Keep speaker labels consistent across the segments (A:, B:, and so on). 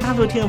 A: 大陆听众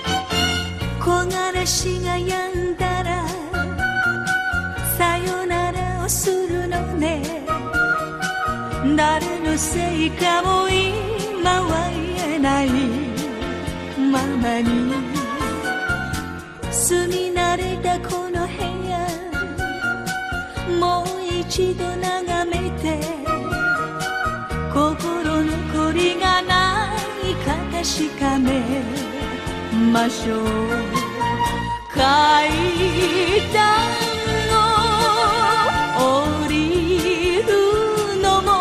B: 木枯れしが病んだらさよならをするのね誰のせいかも今は言えないままに住み慣れたこの部屋もう一度眺めて心残りがないか確かめましょう階段を降りるのも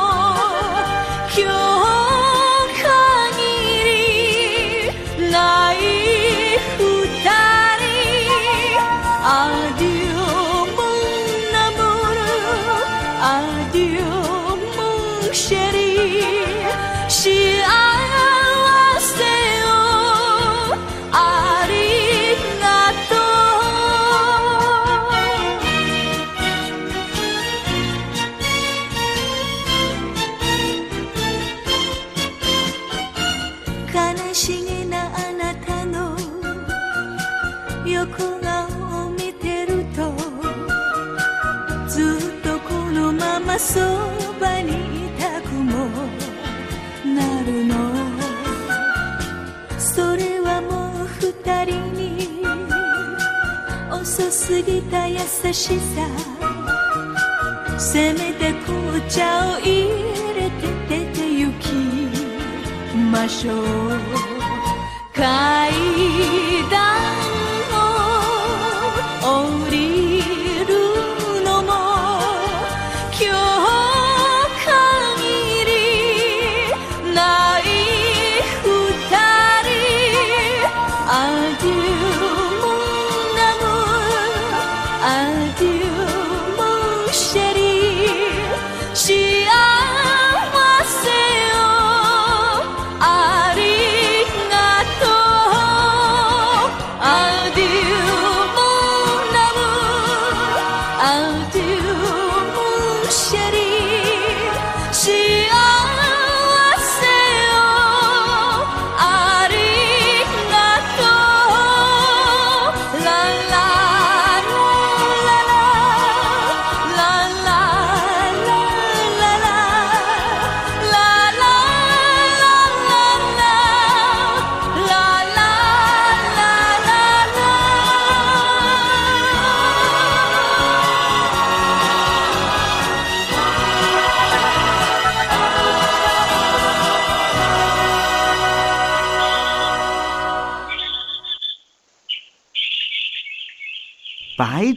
B: 今日るの」「それはもう二人に遅すぎた優しさ」「せめて紅茶を入れて出て行きましょう」「階段を降りるのも今日限りない二人」「Adieu もなむ Adieu もシェリー」「幸せをありがとう」「Adieu もなむ Adieu もシェリー」「幸せをありがとう」「ラララララララララララララララララ
A: 百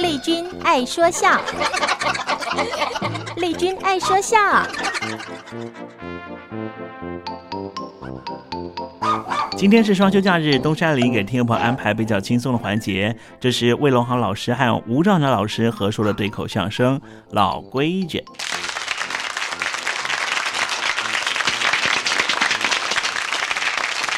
C: 丽君爱说笑， 丽君爱说笑，
A: 今天是双休假日，东山林给听众朋友安排比较轻松的环节，这是魏龙豪老师和吴兆南老师合说的对口相声《老规矩》。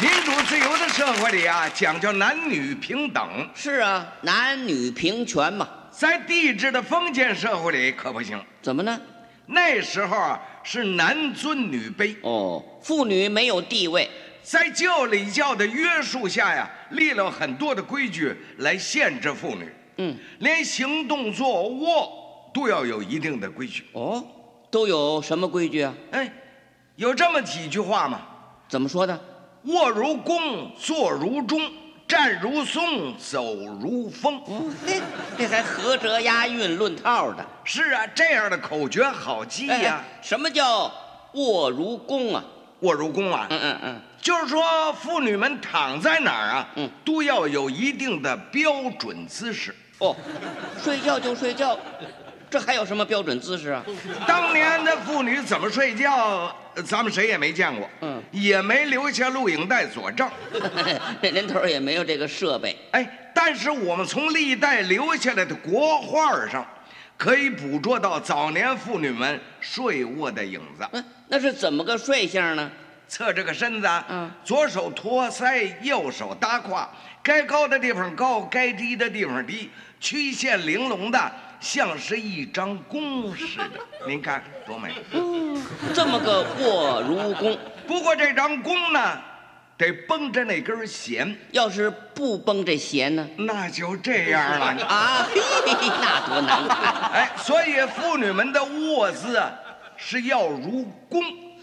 D: 民主自由的社会里啊，讲究男女平等。
E: 是啊，男女平权嘛。
D: 在帝制的封建社会里可不行。
E: 怎么呢？
D: 那时候啊，是男尊女卑。
E: 哦，妇女没有地位。
D: 在旧礼教的约束下呀，立了很多的规矩来限制妇女，
E: 嗯，
D: 连行动、坐卧都要有一定的规矩。
E: 哦，都有什么规矩啊？
D: 哎，有这么几句话嘛：
E: 怎么说的？
D: 卧如弓，坐如钟，站如松，走如风。
E: 哦，嘿，这还合辙押韵论套的。
D: 是啊，这样的口诀好记
E: 哎
D: 呀、
E: 什么叫卧如弓啊？
D: 卧如弓啊，
E: 嗯嗯嗯，
D: 就是说妇女们躺在哪儿啊，
E: 嗯
D: 都要有一定的标准姿势。
E: 哦，睡觉就睡觉，这还有什么标准姿势啊？
D: 当年的妇女怎么睡觉，呃咱们谁也没见过，
E: 嗯
D: 也没留下录影带佐证。
E: 那年头儿也没有这个设备。
D: 哎，但是我们从历代留下来的国画上，可以捕捉到早年妇女们睡卧的影子。
E: 嗯，那是怎么个睡相呢？
D: 侧着个身子啊，
E: 嗯
D: 左手托腮，右手搭胯，该高的地方高，该低的地方低，曲线玲珑的，像是一张弓似的。您看多美！
E: 这么个卧如弓，
D: 不过这张弓呢，得绷着那根弦。
E: 要是不绷这弦呢，
D: 那就这样了
E: 啊！嘿嘿嘿那多难看！
D: 哎，所以妇女们的卧姿啊，是要如弓。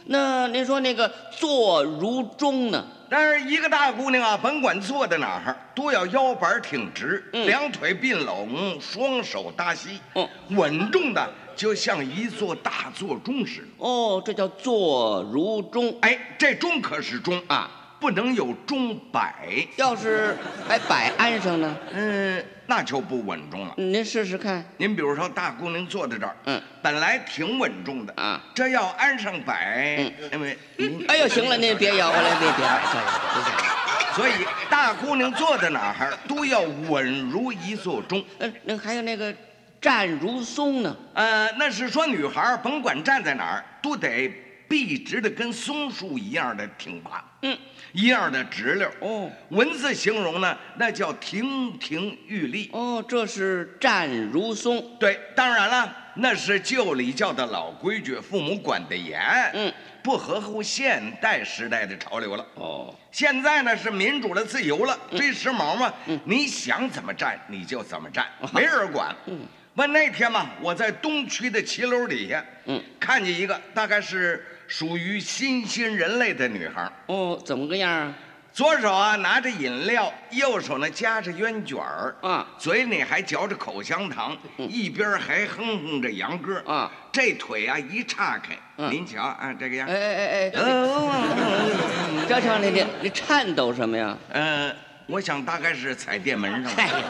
E: 那您说那个坐如钟呢？
D: 但是一个大姑娘啊，甭管坐在哪儿，都要腰板挺直，
E: 嗯
D: 两腿并拢，双手搭膝，
E: 嗯
D: 稳重的就像一座大座钟似的。
E: 哦，这叫坐如钟。
D: 哎，这钟可是钟啊，不能有钟摆。
E: 要是还摆安上呢，
D: 嗯，那就不稳重了。
E: 您试试看。
D: 您比如说，大姑娘坐在这儿，
E: 嗯，
D: 本来挺稳重的
E: 啊，嗯
D: 这要安上摆，那么您
E: 哎呦，行了，您别摇了，别 别摆算了，别摆了。
D: 所以大姑娘坐在哪儿都要稳如一座钟。
E: 呃，那还有那个站如松呢，
D: 呃，那是说女孩儿甭管站在哪儿，都得笔直的跟松树一样的挺拔，
E: 嗯，
D: 一样的直溜。
E: 哦
D: 文字形容呢，那叫亭亭玉立。
E: 哦，这是站如松。
D: 对，当然了，那是旧礼教的老规矩，父母管得严，
E: 嗯，
D: 不合乎现代时代的潮流了。
E: 哦，嗯
D: 现在呢是民主了、自由了，追时髦嘛。你想怎么站你就怎么站，
E: 哦
D: 没人管。
E: 嗯
D: 问那天嘛，我在东区的骑楼底下，
E: 嗯
D: 看见一个大概是属于新兴人类的女孩，
E: 哦，怎么个样啊？
D: 左手啊拿着饮料，右手呢夹着烟卷儿，
E: 啊嗯
D: 嘴里还嚼着口香糖，一边儿还哼哼着洋歌
E: 啊。
D: 这腿啊一岔开，
E: 嗯
D: 您瞧啊这个样
E: 哎。哎哎
D: 哦
E: 哎， 张强，你你你颤抖什么呀？
D: 呃，我想大概是踩电门上
E: 嗨
D: 了。，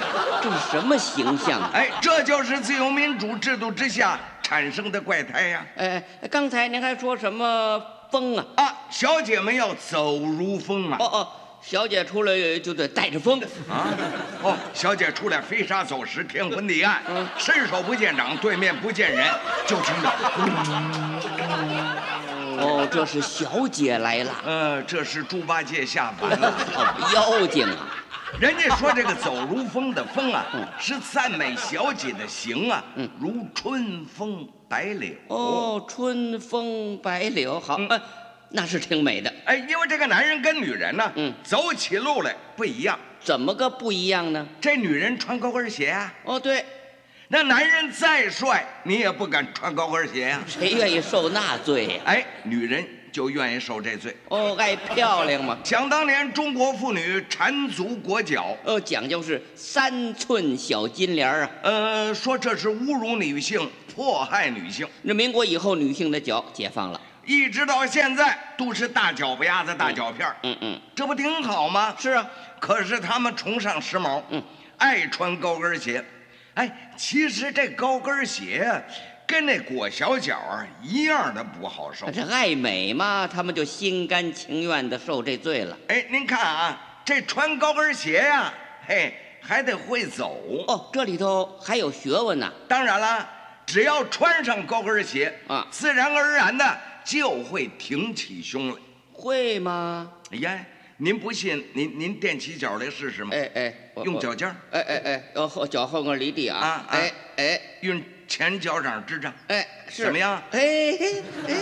E: 这是什么形象啊？
D: 哎，这就是自由民主制度之下产生的怪胎呀、
E: 哎，哎刚才您还说什么风啊？
D: 啊！小姐们要走如风啊！
E: 哦哦，小姐出来就得带着风。
D: 啊，哦，小姐出来飞沙走石，天昏地暗，
E: 嗯
D: 伸手不见掌，对面不见人，就听着，
E: 哦，这是小姐来了，
D: 呃，这是猪八戒下凡了。
E: 哦妖精啊！ 嗯
D: 人家说这个“走如风”的“风”啊，是赞美小姐的行啊，如春风白柳。
E: 哦，春风白柳，好，呃那是挺美的。
D: 嗯哎，因为这个男人跟女人呢，
E: 嗯
D: 走起路来不一样。
E: 怎么个不一样呢？
D: 这女人穿高跟鞋啊，
E: 哦，对，
D: 那男人再帅，你也不敢穿高跟鞋呀、
E: 谁愿意受那罪呀、
D: 哎，女人就愿意受这罪。
E: 哦，爱漂亮嘛，
D: 想当年，中国妇女缠足裹脚，
E: 哦，讲究是三寸小金莲儿啊。
D: 呃，说这是侮辱女性、迫害女性，
E: 那民国以后，女性的脚解放了。
D: 一直到现在都是大脚丫子、大脚片儿
E: 嗯嗯，
D: 这不挺好吗？
E: 是啊，
D: 可是他们崇尚时髦，
E: 嗯，
D: 爱穿高跟鞋。哎，其实这高跟鞋啊跟那裹小脚啊一样的不好受。
E: 这爱美嘛，他们就心甘情愿的受这罪了。
D: 哎，您看啊，这穿高跟鞋呀、嘿，还得会走。
E: 哦，这里头还有学问呢。
D: 当然啦，只要穿上高跟鞋
E: 啊
D: 自然而然的就会挺起胸来。
E: 会吗？
D: 哎呀，您不信，您您踮起脚来试试吗？
E: 哎哎，我
D: 用脚。尖儿
E: 我哎哎哎，要后脚后跟离地啊！
D: 啊啊
E: 哎哎
D: 用前脚掌支着。
E: 哎，是
D: 怎么样
E: 哎哎哎，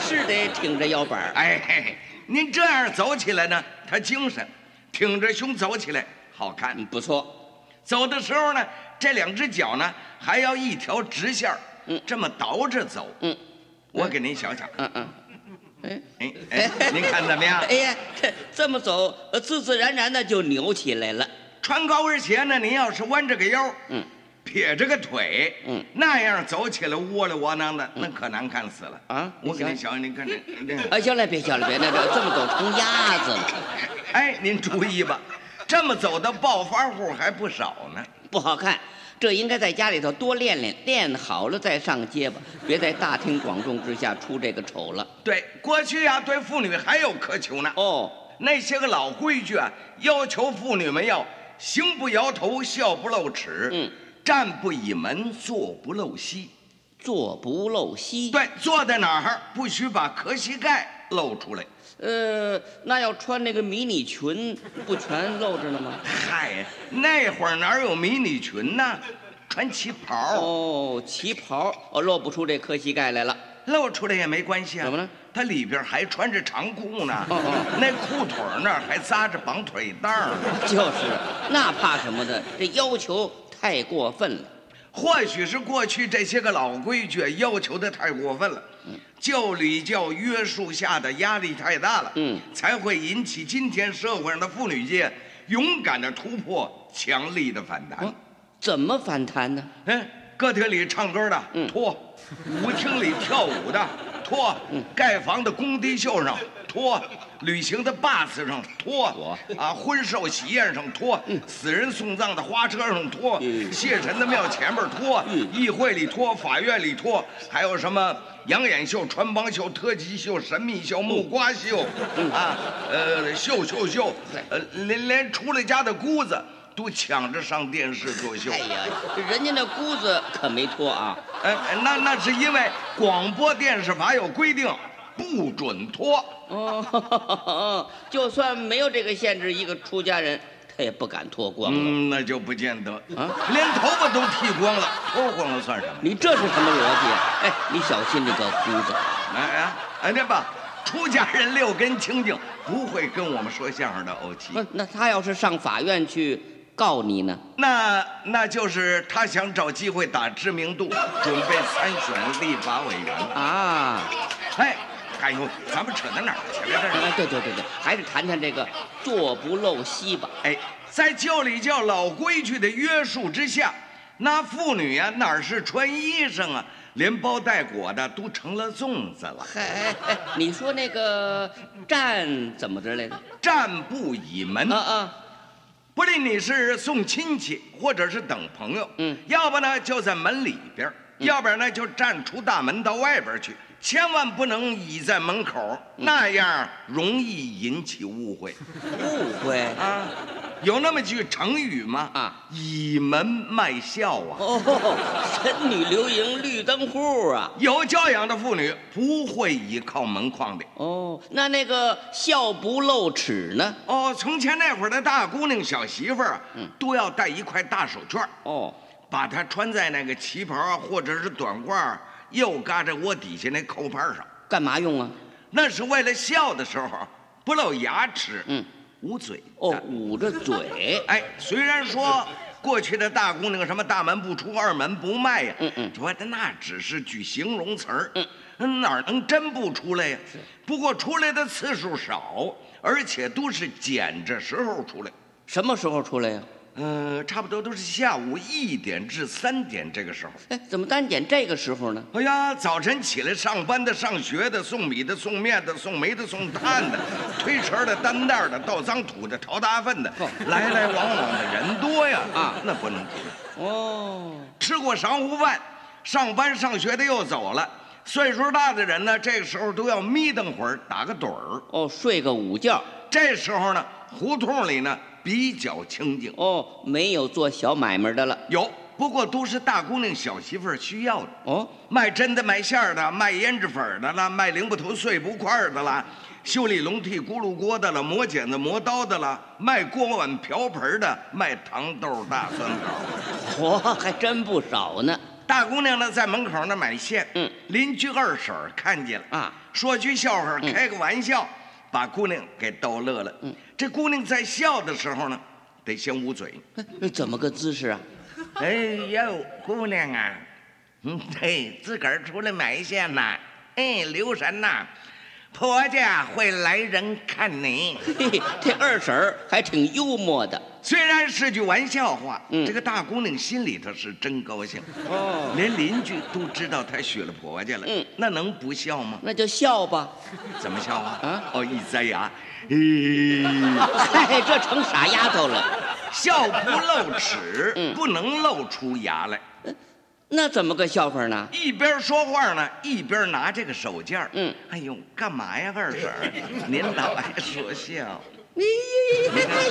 E: 是得挺着腰板儿。
D: 哎嘿嘿，您这样走起来呢，他精神，挺着胸走起来好看。
E: 嗯，不错。
D: 走的时候呢，这两只脚呢还要一条直线儿
E: 嗯
D: 这么倒着走。
E: 嗯，
D: 我给您想想，
E: 嗯嗯。哎
D: 哎哎，您看怎么样
E: 哎？呀，这这么走，呃自自然然的就扭起来了。
D: 穿高跟鞋呢，您要是弯着个腰，
E: 嗯，
D: 撇着个腿，
E: 嗯，
D: 那样走起来窝里窝囊的，那可难看死了
E: 啊
D: 我给您
E: 你
D: 想想，您 看这，这
E: 哎，行了，别笑了，别那这这么走成鸭子了，
D: 哎，您注意吧，这么走的暴发户还不少呢。
E: 不好看。这应该在家里头多练练，练好了再上街吧，别在大庭广众之下出这个丑了。
D: 对，过去啊，对妇女还有苛求呢。
E: 哦，
D: 那些个老规矩啊，要求妇女们要行不摇头，笑不露齿，
E: 嗯，
D: 站不倚门，坐不露膝。
E: 坐不露膝。，
D: 对，坐在哪儿不许把壳膝盖露出来。
E: 呃，那要穿那个迷你裙，不全露着了吗？
D: 嗨，那会儿哪有迷你裙呢？穿旗袍。
E: 哦哦，旗袍哦，露不出这磕膝盖来了。
D: 露出来也没关系啊。
E: 怎么了？
D: 他里边还穿着长裤呢，
E: 哦哦
D: 那裤腿儿那儿还扎着绑腿带儿呢。
E: 就是，那怕什么的？这要求太过分了。
D: 或许是过去这些个老规矩要求的太过分了，
E: 嗯
D: 教礼教约束下的压力太大了，
E: 嗯，
D: 才会引起今天社会上的妇女界勇敢的突破，强力的反弹。
E: 哦怎么反弹呢？
D: 嗯，歌厅里唱歌的脱，舞厅里跳舞的脱，盖房的工地秀上脱，旅行的 bus 上脱，啊，婚寿喜宴上脱，死人送葬的花车上脱，谢神的庙前面脱，议会里脱，法院里脱，还有什么？羊眼秀、穿帮秀、特技秀、神秘秀、木瓜秀，啊，呃，秀秀秀，呃，连连出了家的姑子都抢着上电视作秀。
E: 哎呀，人家那姑子可没脱 啊，
D: 呃，那那是因为广播电视法有规定，不准脱。
E: 哦，就算没有这个限制，一个出家人他也不敢脱光了。
D: 嗯，那就不见得
E: 啊
D: 连头发都剃光了，脱光了算什么？
E: 你这是什么逻辑啊？哎，你小心这个姑子。
D: 哎哎哎，那吧，出家人六根清净，不会跟我们说相声的欧气
E: 不。是，那他要是上法院去告你呢？
D: 那那就是他想找机会打知名度，准备参选立法委员。
E: 啊，
D: 哎，哎呦，咱们扯到哪儿去了？这是。
E: 哎，对对对对，还是谈谈这个坐不露膝吧。
D: 哎，在教里教老规矩的约束之下，那妇女呀、哪是穿衣裳啊，连包带裹的都成了粽子了。
E: 哎哎哎，你说那个站怎么着来着？
D: 站不倚门，
E: 啊啊，
D: 不论你是送亲戚或者是等朋友，
E: 嗯
D: 要不呢就在门里边儿，要不然呢就站出大门到外边儿去，千万不能倚在门口儿，
E: 嗯
D: 那样容易引起误会。
E: 误会。
D: 啊，有那么句成语吗？
E: 啊，
D: 倚门卖笑啊。
E: 哦，神女流萤绿灯户啊。
D: 有教养的妇女不会依靠门框的。
E: 哦，那那个笑不露齿呢？
D: 哦，从前那会儿的大姑娘、小媳妇儿啊，都要戴一块大手绢儿，
E: 嗯哦，
D: 把它穿在那个旗袍啊，或者是短褂儿，又嘎在窝底下那扣盘儿上。
E: 干嘛用啊？
D: 那是为了笑的时候不露牙齿，
E: 嗯，
D: 捂嘴。
E: 哦，捂着嘴。
D: 哎，虽然说过去的大姑娘什么大门不出二门不迈呀、
E: 嗯嗯
D: 说的那只是句形容词儿，嗯，哪能真不出来呀、不过出来的次数少，而且都是捡着时候出来，
E: 什么时候出来呀、
D: 嗯、差不多都是下午一点至三点这个时候。
E: 哎，怎么单点这个时候呢？
D: 哎呀，早晨起来上班的、上学的、送米的、送面的、送煤的、送炭 的、推车儿的、担担儿的、倒脏土的、淘大粪的，
E: 哦
D: 来来往往的人多呀，
E: 啊
D: 那不能出来。
E: 哦，
D: 吃过晌午饭，上班上学的又走了。岁数大的人呢，这个时候都要眯瞪会儿，打个盹儿。
E: 哦，睡个午觉。
D: 这时候呢，胡同里呢比较清静，
E: 哦，没有做小买 卖的了。
D: 有不过都是大姑娘、小媳妇儿需要的，
E: 哦，
D: 卖针的、卖馅儿的、卖胭脂粉儿的啦，卖零布头碎布块儿的啦，修理笼屉、咕噜锅的了，磨剪子、磨刀的啦，卖锅碗瓢盆儿的，卖糖豆、大酸枣。
E: 嚯，还真不少呢。
D: 大姑娘呢，在门口那买线，
E: 嗯，
D: 邻居二婶儿看见了
E: 啊，嗯
D: 说句笑话，开个玩笑，把姑娘给逗乐了。嗯，这姑娘在笑的时候呢，得先捂嘴。
E: 哎怎么个姿势啊？
D: 哎呦，姑娘啊， 嗯，嘿，自个儿出来买线呐，哎，留神呐，婆家会来人看你。
E: 嘿嘿，这二婶儿还挺幽默的。
D: 虽然是句玩笑话，
E: 嗯
D: 这个大姑娘心里头是真高兴，
E: 哦，
D: 连邻居都知道她娶了婆家了。
E: 嗯，
D: 那能不笑吗？
E: 那就笑吧。
D: 怎么笑啊？
E: 啊
D: 哦，一塞 牙，咦，
E: 嗨、哎这成傻丫头了。
D: 笑不露齿，
E: 嗯
D: 不能露出牙来。
E: 那怎么个笑法呢？
D: 一边说话呢，一边拿这个手绢儿
E: 嗯，
D: 哎呦，干嘛呀，二婶儿？ 您老爱说笑，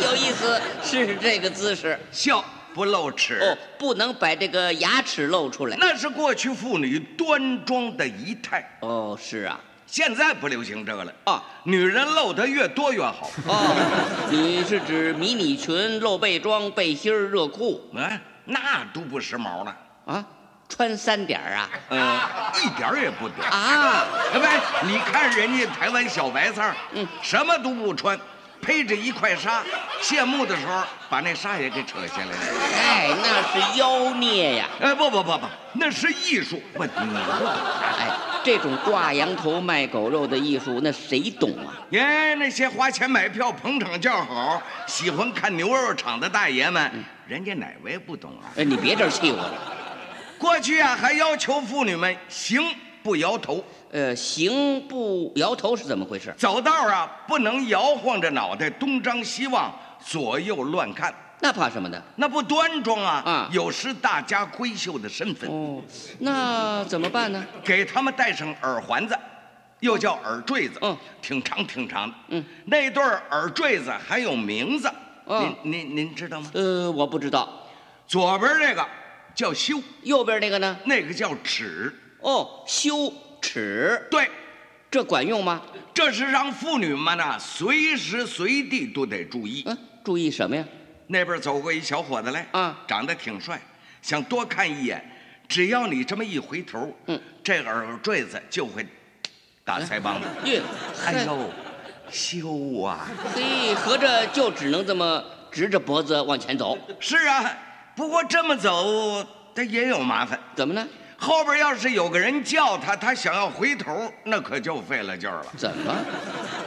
E: 有意思，是这个姿势
D: 笑不露齿，
E: 哦，不能把这个牙齿露出来。
D: 那是过去妇女端庄的仪态，
E: 哦，是啊，
D: 现在不流行这个了。
E: 啊，
D: 女人露得越多越好。
E: 哦，你是指迷你裙、露背装、背心儿、热裤
D: 哎，那都不时髦了。
E: 啊？穿三点儿啊？
D: 嗯，一点儿也不短
E: 啊！
D: 喂，你看人家台湾小白菜，嗯，什么都不穿，披着一块纱，谢幕的时候把那纱也给扯下来了。
E: 哎，那是妖孽呀！
D: 哎，不不不不，那是艺术，不，你不懂。
E: 哎，这种挂羊头卖狗肉的艺术，那谁懂啊？
D: 哎，那些花钱买票捧场叫好、喜欢看牛肉场的大爷们，人家哪位不懂啊？
E: 嗯哎，你别这儿气我了。
D: 过去啊，还要求妇女们行不摇头，
E: 呃，行不摇头是怎么回事？
D: 走道啊不能摇晃着脑袋东张西望，左右乱看，
E: 那怕什么的？
D: 那不端庄啊！
E: 啊
D: 有失大家闺秀的身份。
E: 哦，那怎么办呢？
D: 给他们戴上耳环子，又叫耳坠子，嗯，挺长挺长的。嗯，那对儿耳坠子还有名字，
E: 嗯
D: 您您您知道吗？
E: 呃，我不知道。
D: 左边这个叫修，
E: 右边那个呢？
D: 那个叫尺。
E: 哦，羞耻，
D: 对，
E: 这管用吗？
D: 这是让妇女们呢、随时随地都得注意。
E: 嗯，注意什么呀？
D: 那边走过一小伙子来，
E: 啊，
D: 长得挺帅，想多看一眼，只要你这么一回头，嗯，这个耳坠子就会打腮帮子。
E: 耶，
D: 哎呦，羞啊！
E: 嘿，合着就只能这么直着脖子往前走，
D: 是啊，不过这么走他也有麻烦，
E: 怎么呢？
D: 后边要是有个人叫他，他想要回头，那可就费了劲儿了。
E: 怎么？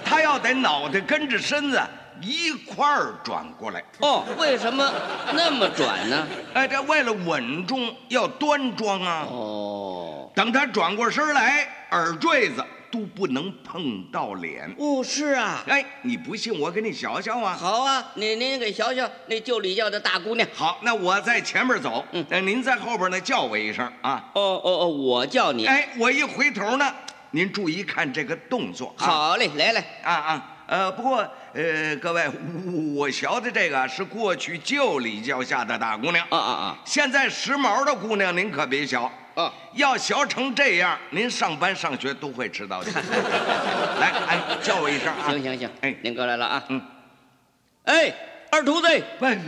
D: 他要得脑袋跟着身子一块儿转过来。
E: 哦，为什么那么转呢？
D: 哎，这为了稳重要端庄啊。
E: 哦，
D: 等他转过身来，耳坠子都不能碰到脸。
E: 哦，是啊。
D: 哎，你不信我给你瞧瞧啊。
E: 好啊，您您给瞧瞧那旧礼教的大姑娘。
D: 好，那我在前面走，嗯，您在后边呢，叫我一声啊。
E: 哦哦哦，我叫你。
D: 哎，我一回头呢，您注意看这个动作、啊。
E: 好嘞，来来，
D: 啊啊，呃，不过呃，各位，我我学的这个是过去旧礼教下的大姑娘
E: 啊，啊啊，
D: 现在时髦的姑娘您可别学。
E: 啊，
D: 要学成这样，您上班上学都会迟到 的。来，哎，叫我一声啊！
E: 行行行，
D: 哎，
E: 您过来了啊。
D: 嗯，
E: 哎，二徒子
D: 喂，喂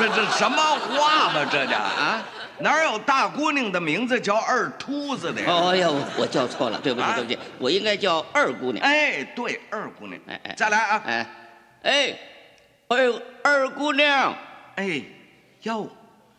D: 这这什么话吧？这叫啊，
E: 啊，
D: 哪有大姑娘的名字叫二秃子的呀？
E: 哦哎呀，我我叫错了，对不起
D: 啊
E: 对不起，我应该叫二姑娘。
D: 哎，对，二姑娘。
E: 哎哎，
D: 再来啊！
E: 哎哎，哎呦，二姑娘，
D: 哎，哟，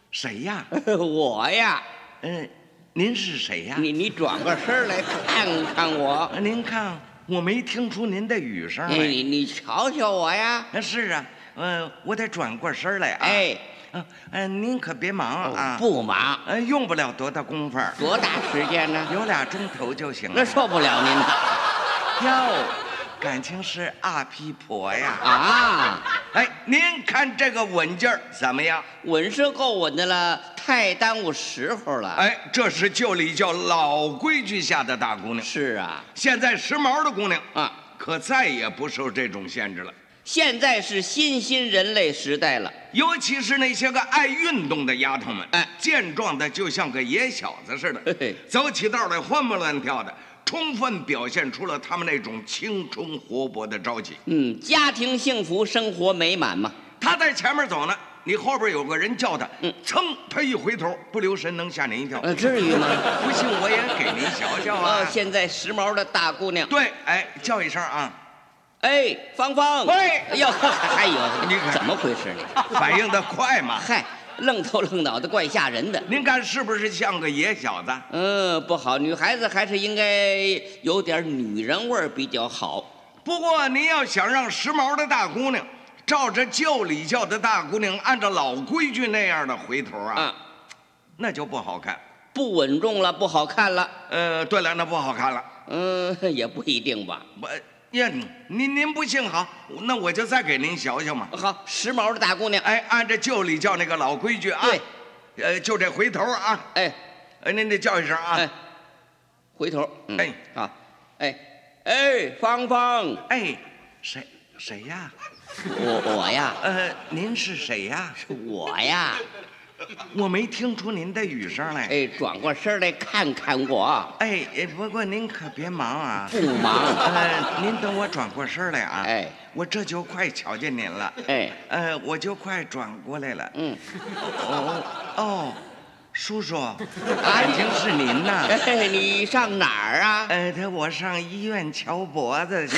D: 谁呀？
E: 我呀，
D: 嗯，您是谁呀？
E: 你你转过身来看看我，
D: 啊您看，我没听出您的语声
E: 哎
D: 来。
E: 你你瞧瞧我呀，
D: 啊，是啊，嗯，我得转过身来啊。
E: 哎，哦
D: 嗯，哎，您可别忙啊。，
E: 不忙，
D: 哎，用不了多大功夫儿，
E: 多大时间呢？
D: 有俩钟头就行
E: 那
D: 了。
E: 受不了您了
D: 哟，感情是阿皮婆呀。
E: 啊！
D: 哎，您看这个稳劲儿怎么样？
E: 稳是够稳的了，太耽误时候了。，
D: 哎，这是旧礼教老规矩下的大姑娘，
E: 是啊，
D: 现在时髦的姑娘
E: 啊，
D: 可再也不受这种限制了。
E: 现在是新兴人类时代了，
D: 尤其是那些个爱运动的丫头们，
E: 哎
D: 健壮的就像个野小子似
E: 嘿
D: 的
E: 嘿，
D: 走起道来欢蹦乱跳的，充分表现出了她们那种青春活泼的朝气。
E: 嗯，家庭幸福，生活美满嘛。
D: 她在前面走呢，你后边有个人叫她，
E: 嗯
D: 噌，她一回头，不留神能吓您一跳。
E: 呃，至于吗？
D: 不信我也给您瞧瞧
E: 啊，
D: 啊！
E: 现在时髦的大姑娘，
D: 对，哎，叫一声啊，
E: 哎，芳芳，
D: 喂
E: 哎呦， 哎呦，
D: 你看
E: 怎么回事你？
D: 反应的快 嘛。
E: 嗨，愣头愣脑的，怪吓人的。
D: 您看是不是像个野小子？
E: 嗯，不好，女孩子还是应该有点女人味儿比较好。
D: 不过您要想让时髦的大姑娘照着旧礼教的大姑娘按照老规矩那样的回头啊，
E: 啊，
D: 那就不好看。
E: 不稳重了，不好看了。
D: 呃，对了，那不好看了。
E: 嗯，也不一定吧。
D: 我呀，您您不信好，那我就再给您瞧瞧嘛。
E: 好，时髦的大姑娘，
D: 哎，按照旧礼教那个老规矩啊，呃，就这回头啊，
E: 哎
D: 呃，您得叫一声啊。
E: 哎，回头，嗯
D: 哎，
E: 好，哎哎，芳芳，
D: 哎，谁谁呀？
E: 我我呀，
D: 呃，您是谁呀？
E: 我呀，
D: 我没听出您的语声来。
E: 哎，转过身来看看我，
D: 哎，哎不过您可别忙啊。
E: 不忙，
D: 呃，您等我转过身来啊。
E: 哎，
D: 我这就快瞧见您了。
E: 哎，
D: 呃，我就快转过来了。
E: 嗯，
D: 哦哦，叔叔，
E: 啊
D: 感情是您呐？
E: 哎你上哪儿啊？
D: 呃，他我上医院瞧脖子去。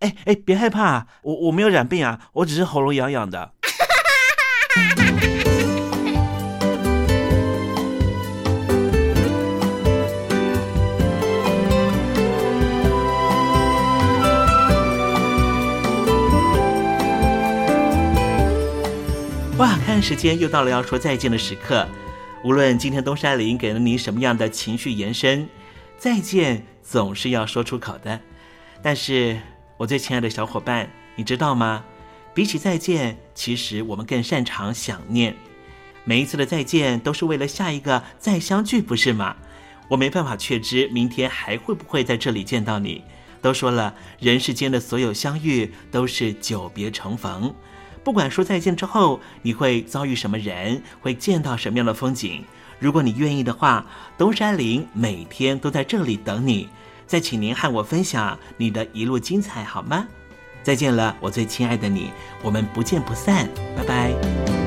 A: 哎哎，别害怕，我我没有染病啊，我只是喉咙痒痒的。哇，看时间又到了要说再见的时刻。无论今天东山林给了你什么样的情绪延伸，再见总是要说出口的。但是我最亲爱的小伙伴，你知道吗？比起再见，其实我们更擅长想念。每一次的再见都是为了下一个再相聚，不是吗？我没办法确知明天还会不会在这里见到你。都说了，人世间的所有相遇都是久别重逢。不管说再见之后，你会遭遇什么人，会见到什么样的风景，如果你愿意的话，东山林每天都在这里等你。再请您和我分享你的一路精彩好吗？再见了，我最亲爱的你，我们不见不散，拜拜。